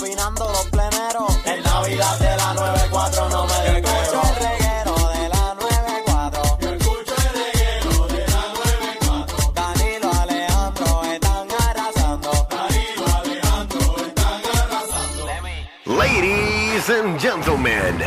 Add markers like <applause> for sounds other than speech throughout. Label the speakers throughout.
Speaker 1: los pleneros.
Speaker 2: En Navidad de la 94 no me
Speaker 1: Escucho
Speaker 2: despecho.
Speaker 1: el reguero de la 94.
Speaker 2: Yo escucho el reguero de la 94.
Speaker 1: Danilo Alejandro están arrasando.
Speaker 2: Danilo Alejandro están arrasando.
Speaker 3: Ladies and gentlemen,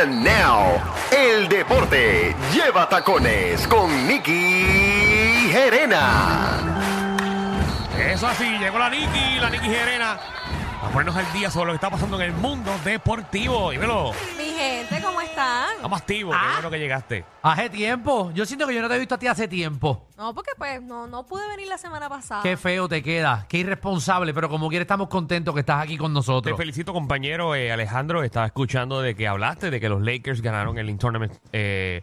Speaker 3: and now, el deporte lleva tacones con Nicky Gerena.
Speaker 4: Eso así, llegó la Niki, la Niki Gerena. A ponernos al día sobre lo que está pasando en el mundo deportivo. Y velo,
Speaker 5: Mi gente, ¿cómo están?
Speaker 4: estamos activos.
Speaker 6: Ah.
Speaker 4: Qué bueno que llegaste.
Speaker 6: Hace tiempo. Yo siento que yo no te he visto a ti hace tiempo.
Speaker 5: No, porque pues no, no pude venir la semana pasada.
Speaker 6: Qué feo te queda, qué irresponsable, pero como quiera estamos contentos que estás aquí con
Speaker 4: Te
Speaker 6: nosotros.
Speaker 4: felicito, compañero eh, Alejandro. Estaba escuchando de que hablaste de que los Lakers ganaron el in-tournament eh,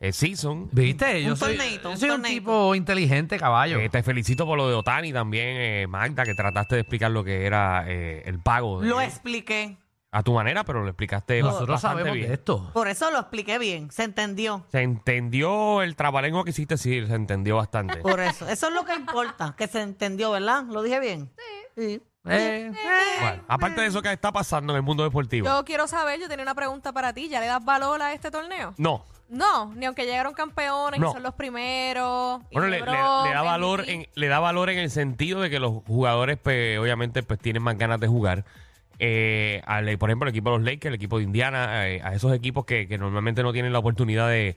Speaker 4: eh, season.
Speaker 6: ¿Viste?
Speaker 7: Un
Speaker 6: Yo soy,
Speaker 7: torneito,
Speaker 6: yo
Speaker 7: un
Speaker 6: soy un
Speaker 7: torneito.
Speaker 6: tipo inteligente, caballo.
Speaker 4: Eh, te felicito por lo de Otani también, eh, Magda, que trataste de explicar lo que era eh, el pago. de-
Speaker 7: Lo expliqué.
Speaker 4: A tu manera, pero lo explicaste
Speaker 6: Nosotros
Speaker 4: bastante
Speaker 6: sabemos
Speaker 4: bien.
Speaker 6: de esto.
Speaker 7: Por eso lo expliqué bien. Se entendió.
Speaker 4: Se entendió el trabalengo que hiciste, sí, se entendió bastante.
Speaker 7: Por eso. Eso es lo que importa. Que se entendió, ¿verdad? ¿Lo dije bien? Sí.
Speaker 6: Eh,
Speaker 4: Bueno, aparte de eso que está pasando en el mundo deportivo.
Speaker 5: Yo quiero saber, yo tenía una pregunta para ti. ¿Ya le das valor a este torneo?
Speaker 4: No,
Speaker 5: No, ni aunque llegaron campeones
Speaker 4: No.
Speaker 5: y son los primeros. y
Speaker 4: Bueno, le, le-
Speaker 5: LeBron,
Speaker 4: le da valor
Speaker 5: MVP.
Speaker 4: en, le da valor en el sentido de que los jugadores, pues, obviamente, pues tienen más ganas de jugar. Eh, al- por ejemplo, el equipo de los Lakers, el equipo de Indiana, eh, a esos equipos que, que normalmente no tienen la oportunidad de,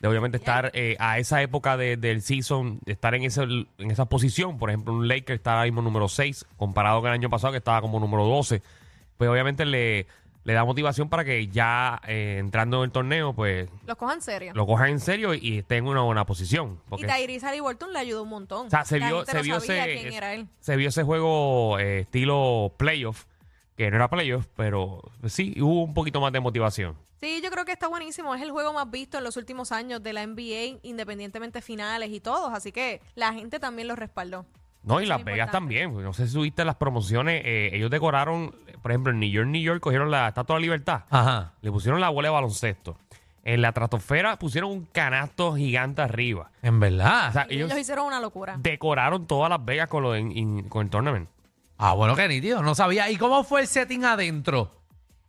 Speaker 4: de obviamente, estar eh, a esa época de- del season, de estar en, ese, en esa posición. Por ejemplo, un Lakers está ahora mismo número 6, comparado con el año pasado que estaba como número 12. Pues, obviamente, le, le da motivación para que ya eh, entrando en el torneo, pues,
Speaker 5: Los cojan serio.
Speaker 4: lo cojan en serio y, y estén en una buena posición.
Speaker 5: Y
Speaker 4: Porque
Speaker 5: Tyrese Haliburton le ayudó un montón.
Speaker 4: o sea, se
Speaker 5: La
Speaker 4: vio,
Speaker 5: gente
Speaker 4: se
Speaker 5: no
Speaker 4: vio
Speaker 5: sabía
Speaker 4: ese,
Speaker 5: quién era él.
Speaker 4: se vio ese juego eh, estilo playoff, que no era playoff, pero sí hubo un poquito más de motivación.
Speaker 5: Sí, yo creo que está buenísimo. Es el juego más visto en los últimos años de la NBA, independientemente finales y todos. Así que la gente también lo respaldó.
Speaker 4: No, y
Speaker 5: Eso
Speaker 4: Las
Speaker 5: es
Speaker 4: Vegas
Speaker 5: importante.
Speaker 4: también. No sé si subiste las promociones. eh, ellos decoraron, por ejemplo, en New York, New York, cogieron la Estatua de la Libertad.
Speaker 6: Ajá.
Speaker 4: Le pusieron la bola de baloncesto. En la estratosfera pusieron un canasto gigante arriba.
Speaker 6: En verdad.
Speaker 4: O sea,
Speaker 5: Ellos,
Speaker 4: ellos
Speaker 5: hicieron una locura.
Speaker 4: decoraron todas Las Vegas con, lo de- in- con el tournament.
Speaker 6: ah, bueno, que nítido, no sabía. ¿Y cómo fue el setting adentro?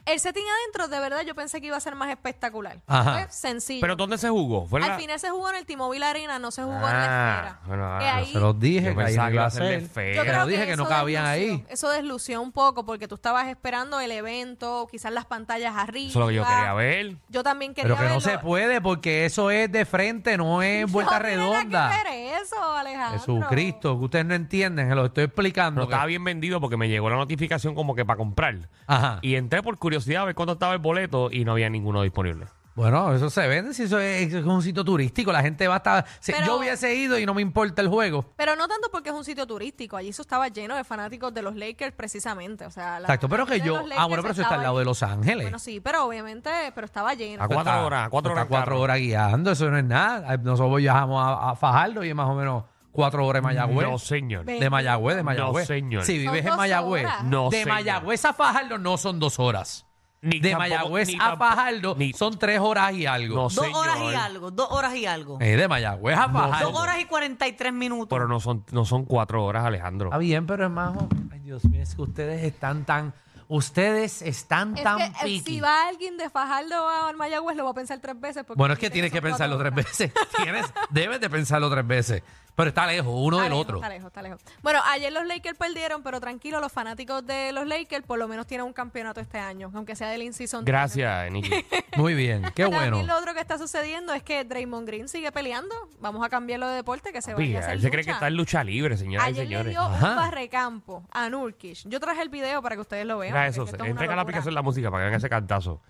Speaker 5: El setting adentro, de verdad, yo pensé que iba a ser más espectacular.
Speaker 6: Ajá.
Speaker 5: Fue sencillo.
Speaker 4: ¿Pero dónde se jugó? ¿Fue en la-
Speaker 5: Al final se jugó en el T-Mobile Arena, no se jugó en la
Speaker 4: Ah,
Speaker 5: esfera.
Speaker 4: bueno,
Speaker 5: Que
Speaker 4: ah,
Speaker 5: ahí-
Speaker 6: Se los dije
Speaker 4: Yo
Speaker 6: que ahí
Speaker 4: pensaba
Speaker 6: no
Speaker 4: que
Speaker 6: iba
Speaker 4: iba
Speaker 6: a
Speaker 4: a ser
Speaker 6: ser.
Speaker 4: de esfera.
Speaker 5: yo
Speaker 6: Pero
Speaker 5: creo
Speaker 6: dije que no
Speaker 5: eso
Speaker 6: cabían
Speaker 5: deslució-
Speaker 6: ahí.
Speaker 5: Eso deslució un poco porque tú estabas esperando el evento, quizás las pantallas arriba.
Speaker 4: Eso es lo que yo quería ver.
Speaker 5: Yo también quería
Speaker 6: Pero que no
Speaker 5: verlo.
Speaker 6: se puede porque eso es de frente, no es vuelta
Speaker 5: No tiene nada
Speaker 6: redonda.
Speaker 5: que ver eso, Alejandro.
Speaker 6: Jesucristo, que ustedes no entienden, se lo estoy explicando.
Speaker 4: No
Speaker 6: que-
Speaker 4: estaba bien vendido porque me llegó la notificación como que para comprar.
Speaker 6: Ajá.
Speaker 4: Y entré por curiosidad a ver cuánto estaba el boleto y no había ninguno disponible.
Speaker 6: Bueno, eso se vende, si eso es, es un sitio turístico, la gente va a estar... si
Speaker 5: Pero-
Speaker 6: yo hubiese ido y no me importa el juego.
Speaker 5: Pero no tanto porque es un sitio turístico. Allí eso estaba lleno de fanáticos de los Lakers precisamente. O sea, la
Speaker 6: Exacto, pero
Speaker 5: gente
Speaker 6: que
Speaker 5: de
Speaker 6: yo...
Speaker 5: los
Speaker 6: Ah,
Speaker 5: Lakers
Speaker 6: bueno, pero eso está al
Speaker 5: estaba
Speaker 6: lado de
Speaker 5: allí.
Speaker 6: Los Ángeles.
Speaker 5: Bueno, sí, pero obviamente, pero estaba lleno.
Speaker 4: A cuatro
Speaker 6: Está-
Speaker 4: horas, a cuatro
Speaker 6: está
Speaker 4: horas. en
Speaker 6: cuatro
Speaker 4: carro.
Speaker 6: horas guiando, eso no es nada. Nosotros viajamos a, a Fajardo y es más o menos cuatro horas en Mayagüez.
Speaker 4: No, señor.
Speaker 5: Ve-
Speaker 6: de Mayagüez, de Mayagüez.
Speaker 4: señor.
Speaker 6: Si vives
Speaker 5: Son
Speaker 6: en
Speaker 5: dos
Speaker 6: Mayagüez,
Speaker 5: horas.
Speaker 4: No,
Speaker 6: de
Speaker 4: señor.
Speaker 6: Mayagüez a Fajardo no son dos horas.
Speaker 4: Ni
Speaker 6: de
Speaker 4: tampoco-
Speaker 6: Mayagüez
Speaker 4: ni
Speaker 6: a
Speaker 4: tampoco-
Speaker 6: Fajardo
Speaker 4: ni-
Speaker 6: son tres horas y algo.
Speaker 4: No,
Speaker 7: Dos
Speaker 4: señor.
Speaker 7: horas y algo. Dos horas y algo.
Speaker 6: Eh, de Mayagüez a Fajardo.
Speaker 7: Dos horas y cuarenta y tres minutos.
Speaker 4: Pero no son, no son cuatro horas, Alejandro.
Speaker 6: Está bien, pero hermano, ay Dios mío, es que ustedes están tan, ustedes están
Speaker 5: Es
Speaker 6: tan
Speaker 5: que, eh,
Speaker 6: piqui.
Speaker 5: si va alguien de Fajardo a Mayagüez, lo va a pensar tres veces. porque
Speaker 6: Bueno, es que
Speaker 5: dice
Speaker 6: tienes que
Speaker 5: son
Speaker 6: pensarlo
Speaker 5: cuatro
Speaker 6: tres
Speaker 5: horas.
Speaker 6: veces. <laughs> Tienes, debes de pensarlo tres veces. Pero está lejos uno
Speaker 5: Está
Speaker 6: del
Speaker 5: lejos,
Speaker 6: otro.
Speaker 5: está lejos, está lejos. Bueno, ayer los Lakers perdieron, pero tranquilo, los fanáticos de los Lakers por lo menos tienen un campeonato este año, aunque sea del in-season.
Speaker 4: Gracias, Nicky.
Speaker 6: Muy bien, qué bueno.
Speaker 5: También lo otro que está sucediendo es que Draymond Green sigue peleando. Vamos a cambiarlo de deporte, que se va
Speaker 4: Papi,
Speaker 5: a hacer
Speaker 4: él se cree
Speaker 5: lucha.
Speaker 4: que está en lucha libre, señoras y
Speaker 5: Ayer le
Speaker 4: señores.
Speaker 5: dio
Speaker 6: Ajá.
Speaker 5: un barrecampo a Nurkic. Yo traje el video para que ustedes lo vean.
Speaker 4: Mira
Speaker 5: porque
Speaker 4: eso.
Speaker 5: es eh, que esto es una
Speaker 4: Entrega la
Speaker 5: locura.
Speaker 4: aplicación de la música para que vean ese cantazo.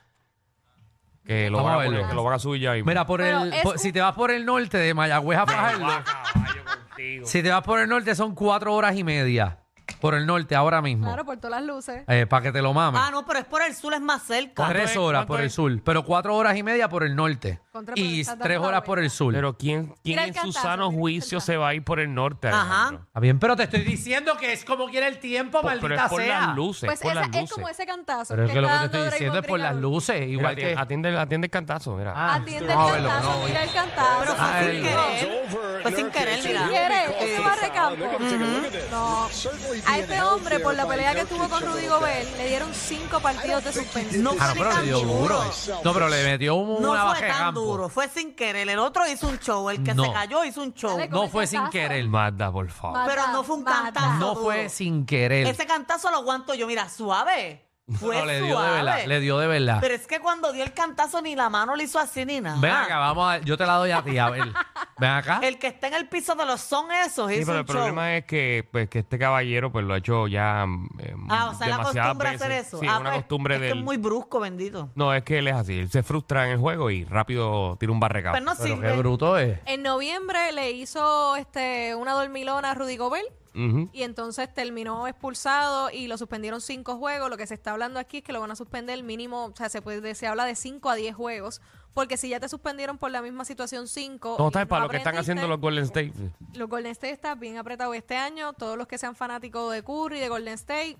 Speaker 4: Que lo,
Speaker 6: Vamos
Speaker 4: van a,
Speaker 6: a verlo.
Speaker 4: poner, que lo van a subir ya mismo.
Speaker 6: Mira, por
Speaker 5: Pero
Speaker 6: el,
Speaker 5: es
Speaker 6: por-
Speaker 5: un-
Speaker 6: si te vas por el norte de Mayagüez
Speaker 4: Me
Speaker 6: a
Speaker 4: voy
Speaker 6: Fajardo,
Speaker 4: a caballo contigo.
Speaker 6: si te vas por el norte son cuatro horas y media. Por el norte ahora mismo.
Speaker 5: Claro, Ah, por todas las luces.
Speaker 6: para que te lo mames.
Speaker 7: Ah, no, pero es por el sur, es más cerca.
Speaker 4: ¿Cuánto
Speaker 6: Tres
Speaker 4: es?
Speaker 6: horas
Speaker 4: ¿Cuánto
Speaker 6: por el
Speaker 4: es?
Speaker 6: sur, pero cuatro horas y media por el norte.
Speaker 5: Contra, pero
Speaker 6: y
Speaker 5: estás dando
Speaker 6: tres
Speaker 5: la
Speaker 6: horas por el
Speaker 5: vuelta.
Speaker 6: sur.
Speaker 4: Pero ¿quién, quién
Speaker 5: Mira el
Speaker 4: en su
Speaker 5: cantazo,
Speaker 4: sano
Speaker 5: mira el
Speaker 4: juicio
Speaker 5: cantazo.
Speaker 4: se va a ir por el norte,
Speaker 7: Ajá.
Speaker 4: Alejandro?
Speaker 6: Está bien, pero te estoy diciendo que es como quiere el tiempo,
Speaker 4: Por-
Speaker 6: maldita
Speaker 4: pero es por
Speaker 6: sea.
Speaker 4: las luces,
Speaker 5: Pues
Speaker 4: por
Speaker 5: esa-
Speaker 4: las luces.
Speaker 5: es como ese cantazo.
Speaker 6: Pero es que lo que
Speaker 5: está
Speaker 6: te
Speaker 5: dando
Speaker 6: estoy
Speaker 5: Draymond
Speaker 6: diciendo es por
Speaker 5: Green
Speaker 6: las
Speaker 5: ahora.
Speaker 6: luces,
Speaker 4: Mira,
Speaker 6: igual
Speaker 4: atiende,
Speaker 6: que...
Speaker 4: atiende, atiende el cantazo, mira.
Speaker 6: Ah,
Speaker 5: Atiende el
Speaker 6: vamos a verlo,
Speaker 5: cantazo,
Speaker 6: vamos a
Speaker 5: mira
Speaker 6: verlo.
Speaker 5: el cantazo.
Speaker 7: Pero fue
Speaker 6: Ah,
Speaker 7: sin
Speaker 6: el-
Speaker 7: querer. Fue sin querer,
Speaker 5: Si
Speaker 7: mira.
Speaker 5: quiere, tú vas de campo. No. A este hombre, por la pelea que tuvo con Rudy Gobert, le dieron cinco partidos de suspensión.
Speaker 7: No
Speaker 6: Ah, no,
Speaker 7: fue
Speaker 6: pero le
Speaker 7: tan
Speaker 6: dio duro.
Speaker 7: duro.
Speaker 6: No, pero le metió un-
Speaker 7: No
Speaker 6: una
Speaker 7: fue
Speaker 6: baja de
Speaker 7: tan
Speaker 6: campo.
Speaker 7: duro, fue sin querer. El otro hizo un show, el que
Speaker 6: No.
Speaker 7: se cayó hizo un show.
Speaker 5: Dale,
Speaker 6: No fue sin
Speaker 5: Con el
Speaker 6: querer.
Speaker 4: Magda, por favor.
Speaker 5: Magda,
Speaker 7: Pero no fue un
Speaker 5: Mata.
Speaker 7: cantazo.
Speaker 6: No
Speaker 7: duro.
Speaker 6: fue sin querer.
Speaker 7: Ese cantazo lo aguanto yo, mira, suave. Fue
Speaker 6: No, le dio
Speaker 7: suave.
Speaker 6: de verdad, le dio de verdad.
Speaker 7: Pero es que cuando dio el cantazo ni la mano le hizo así ni nada.
Speaker 6: Ven acá, vamos a... Yo te la doy a ti, a ver. Ven acá.
Speaker 7: El que está en el piso de los son esos
Speaker 4: Ah. Sí,
Speaker 7: hizo
Speaker 4: pero
Speaker 7: un
Speaker 4: el
Speaker 7: show.
Speaker 4: problema es que, pues, que este caballero pues lo ha hecho ya eh,
Speaker 7: Ah, o sea, la
Speaker 4: demasiadas
Speaker 7: costumbre hacer
Speaker 4: veces.
Speaker 7: eso.
Speaker 4: Sí,
Speaker 7: Ah,
Speaker 4: es una
Speaker 7: pues,
Speaker 4: costumbre
Speaker 7: es
Speaker 4: de
Speaker 7: que es muy brusco, bendito.
Speaker 4: No, es que él es así. Él se frustra en el juego y rápido tira un barrecado.
Speaker 7: Pero no eh,
Speaker 6: Pero qué
Speaker 7: sirve.
Speaker 6: bruto es.
Speaker 5: En noviembre le hizo este una dormilona a Rudy Gobert
Speaker 4: Ujú.
Speaker 5: y entonces terminó expulsado y lo suspendieron cinco juegos. Lo que se está hablando aquí es que lo van a suspender mínimo, o sea, se puede se habla de cinco a diez juegos, porque si ya te suspendieron por la misma situación cinco.
Speaker 4: Todo
Speaker 5: y
Speaker 4: está
Speaker 5: no
Speaker 4: para lo que están
Speaker 5: aprendiste,
Speaker 4: haciendo los Golden State.
Speaker 5: Los Golden State está bien apretados este año. Todos los que sean fanáticos de Curry, de Golden State,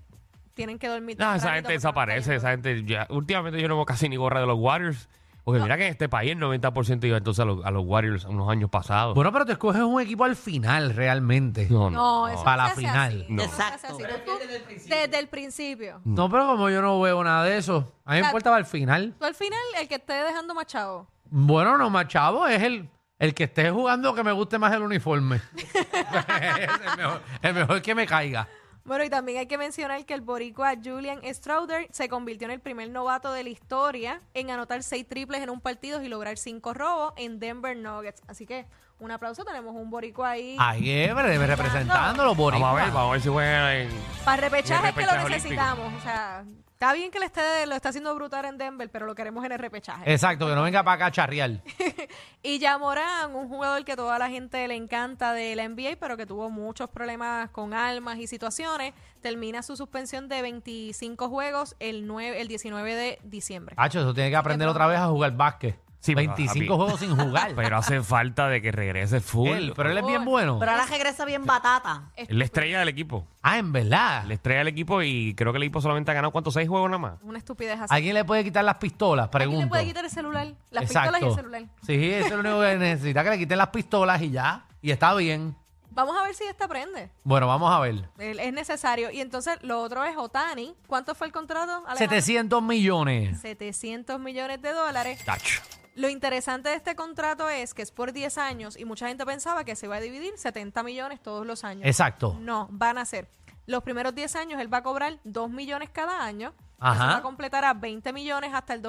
Speaker 5: tienen que dormir.
Speaker 4: No, esa
Speaker 5: tempranito
Speaker 4: gente
Speaker 5: porque están
Speaker 4: desaparece.
Speaker 5: cayendo.
Speaker 4: Esa gente ya- últimamente yo no veo casi ni gorra de los Warriors. Porque mira que en este país el 90% iba entonces a los, a los Warriors unos años pasados.
Speaker 6: Bueno, pero tú escoges un equipo al final, realmente.
Speaker 4: no,
Speaker 5: No, eso no
Speaker 6: Para la
Speaker 5: se hace
Speaker 6: final.
Speaker 5: así,
Speaker 4: No.
Speaker 5: eso se hace
Speaker 7: Exacto.
Speaker 5: así. Tú- Desde el principio.
Speaker 6: No, pero como yo no veo nada de eso, a mí me
Speaker 5: Claro.
Speaker 6: importa para el final.
Speaker 5: Tú al final, el que esté dejando machado.
Speaker 6: Bueno, no, Machavo es el, el que esté jugando que me guste más el
Speaker 5: <laughs>
Speaker 6: uniforme. Es el, mejor, el mejor que me caiga.
Speaker 5: Bueno, y también hay que mencionar que el boricua Julian Strouder se convirtió en el primer novato de la historia en anotar seis triples en un partido y lograr cinco robos en Denver Nuggets. Así que un aplauso, tenemos un boricua ahí.
Speaker 6: Ahí es, pero representando los
Speaker 4: Vamos a ver,
Speaker 6: boricuas.
Speaker 4: vamos a ver si juegan en...
Speaker 5: Para repechaje
Speaker 4: Y
Speaker 5: es
Speaker 4: el
Speaker 5: que
Speaker 4: repechaje
Speaker 5: lo
Speaker 4: olímpico.
Speaker 5: necesitamos. O sea, está bien que le esté, lo está haciendo brutal en Denver, pero lo queremos en el repechaje.
Speaker 4: Eh.
Speaker 6: Exacto, que no venga para acá a charrear.
Speaker 5: Y ya Morán, un jugador que toda la gente le encanta de la NBA, pero que tuvo muchos problemas con almas y situaciones, termina su suspensión de 25 juegos el, 9, el 19 de
Speaker 4: Ah.
Speaker 5: diciembre.
Speaker 6: Hacho, eso tiene que aprender otra vez a jugar básquet.
Speaker 4: Sí, pero,
Speaker 6: 25
Speaker 4: papi.
Speaker 6: juegos sin jugar.
Speaker 4: <laughs> Pero hace falta de que regrese full.
Speaker 6: Él, pero él es bien
Speaker 5: Full.
Speaker 6: bueno.
Speaker 7: Pero ahora regresa bien batata.
Speaker 5: Es
Speaker 4: Es la estrella del equipo.
Speaker 6: Ah, en verdad.
Speaker 4: La estrella del equipo y creo que el equipo solamente ha ganado, ¿cuántos? ¿Seis juegos nada más?
Speaker 5: una estupidez así.
Speaker 6: ¿Alguien le puede quitar las pistolas?
Speaker 5: ¿A quién
Speaker 6: Pregunto.
Speaker 5: le puede quitar el celular? Las pistolas y el celular.
Speaker 6: Sí, eso es lo único que necesita, que le quiten las pistolas y ya. Y está bien.
Speaker 5: Vamos a ver si esta aprende.
Speaker 6: Bueno, vamos a ver.
Speaker 5: Él- Es necesario. Y entonces lo otro es Otani. ¿Cuánto fue el contrato? Alejandro?
Speaker 6: 700 millones.
Speaker 5: 700 millones de dólares.
Speaker 4: Tacho.
Speaker 5: Lo interesante de este contrato es que es por 10 años y mucha gente pensaba que se iba a dividir 70 millones todos los años.
Speaker 6: Exacto.
Speaker 5: No, van a ser. Los primeros 10 años él va a cobrar 2 millones cada año.
Speaker 6: Ajá.
Speaker 5: Eso va a completar a 20 millones hasta el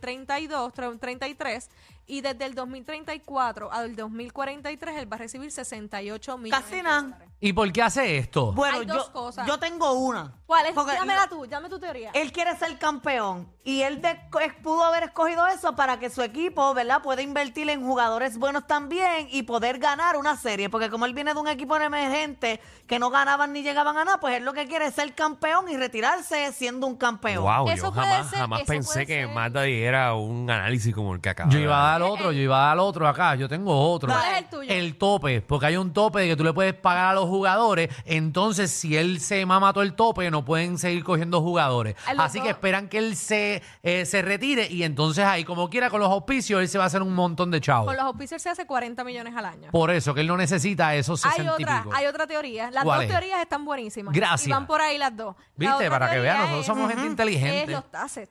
Speaker 5: 2032, tre- 33. Y desde el 2034 al 2043 él va a recibir 68 millones.
Speaker 7: Casi
Speaker 5: de
Speaker 7: nada.
Speaker 5: dólares.
Speaker 6: ¿Y por qué hace esto?
Speaker 7: Bueno,
Speaker 5: Hay dos
Speaker 7: yo,
Speaker 5: cosas.
Speaker 7: yo tengo una.
Speaker 5: ¿Cuál es?
Speaker 7: Porque
Speaker 5: Dámela tú, dame tu teoría.
Speaker 7: Él quiere ser campeón y él de- pudo haber escogido eso para que su equipo, ¿verdad?, pueda invertir en jugadores buenos también y poder ganar una serie. Porque como él viene de un equipo emergente que no ganaban ni llegaban a nada, pues él lo que quiere es ser campeón y retirarse siendo un campeón.
Speaker 4: Wow, yo
Speaker 5: Eso puede
Speaker 4: jamás,
Speaker 5: ser,
Speaker 4: jamás
Speaker 5: eso
Speaker 4: pensé
Speaker 5: puede
Speaker 4: que
Speaker 5: ser.
Speaker 4: Magda dijera un análisis como el que acaba.
Speaker 6: Yo
Speaker 4: de
Speaker 6: iba
Speaker 4: dar.
Speaker 6: a dar otro, yo iba a dar otro acá, yo tengo otro.
Speaker 5: ¿Cuál es el tuyo?
Speaker 6: El tope, porque hay un tope de que tú le puedes pagar a los jugadores, entonces si él se mama todo el tope, no pueden seguir cogiendo jugadores.
Speaker 5: A los
Speaker 6: Así que
Speaker 5: dos.
Speaker 6: esperan que él se, eh, se retire y entonces ahí, como quiera, con los auspicios, él se va a hacer un montón de chavos.
Speaker 5: Con los auspicios se hace 40 millones al año.
Speaker 6: Por eso, que él no necesita esos 60
Speaker 5: Hay
Speaker 6: y
Speaker 5: otra,
Speaker 6: pico.
Speaker 5: hay otra teoría. Las
Speaker 6: ¿Cuál
Speaker 5: dos
Speaker 6: es?
Speaker 5: teorías están buenísimas.
Speaker 6: Gracias.
Speaker 5: Y van por ahí las dos. La
Speaker 6: ¿Viste?
Speaker 5: otra
Speaker 6: Para que vean,
Speaker 5: teoría
Speaker 6: nosotros
Speaker 5: es-
Speaker 6: somos gente inteligente.
Speaker 5: Es los taxes.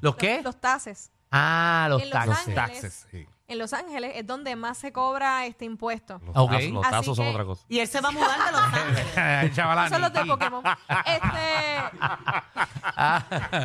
Speaker 6: ¿Los qué?
Speaker 5: Los taxes.
Speaker 6: ah, los
Speaker 5: en Los
Speaker 6: taxes.
Speaker 5: Ángeles.
Speaker 4: Taxes, sí.
Speaker 5: En Los Ángeles es donde más se cobra este impuesto.
Speaker 4: Los,
Speaker 6: Ok.
Speaker 4: tazos, los
Speaker 5: Así
Speaker 4: tazos son
Speaker 5: que-
Speaker 4: otra cosa.
Speaker 7: Y él se va a mudar
Speaker 4: <laughs>
Speaker 7: de Los Ángeles.
Speaker 4: Eh,
Speaker 6: Chavalán.
Speaker 5: Son los de Pokémon.
Speaker 6: <laughs>
Speaker 5: Este,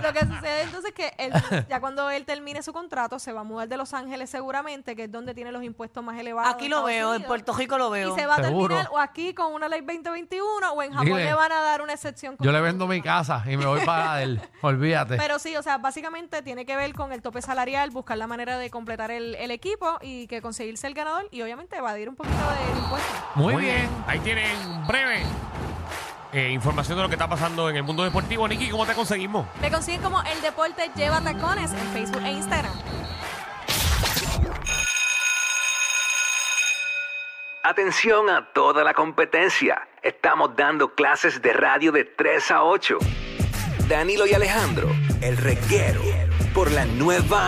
Speaker 5: lo que sucede entonces es que él- ya cuando él termine su contrato se va a mudar de Los Ángeles seguramente, que es donde tiene los impuestos más elevados.
Speaker 7: Aquí
Speaker 5: en
Speaker 7: lo
Speaker 5: Estados
Speaker 7: veo, en
Speaker 5: Unidos.
Speaker 7: Puerto Rico lo veo.
Speaker 5: Y se va a
Speaker 6: Seguro.
Speaker 5: terminar o aquí con una ley 2021 o en Japón
Speaker 6: Dile.
Speaker 5: le van a dar una excepción.
Speaker 6: Yo le vendo mi casa y me voy para él. Olvídate.
Speaker 5: Pero sí, o sea, básicamente tiene que ver con el tope salarial, buscar la manera de completar el, el equipo y que conseguirse el ganador y obviamente evadir un poquito del impuesto.
Speaker 6: Muy, bien.
Speaker 4: Ahí tienen breve eh, información de lo que está pasando en el mundo deportivo. Nicky, ¿cómo te conseguimos?
Speaker 5: Me consiguen como El Deporte Lleva Tacones en Facebook e Instagram.
Speaker 3: Atención a toda la competencia. Estamos dando clases de radio de 3 a 8. Danilo y Alejandro, el reguero, por la nueva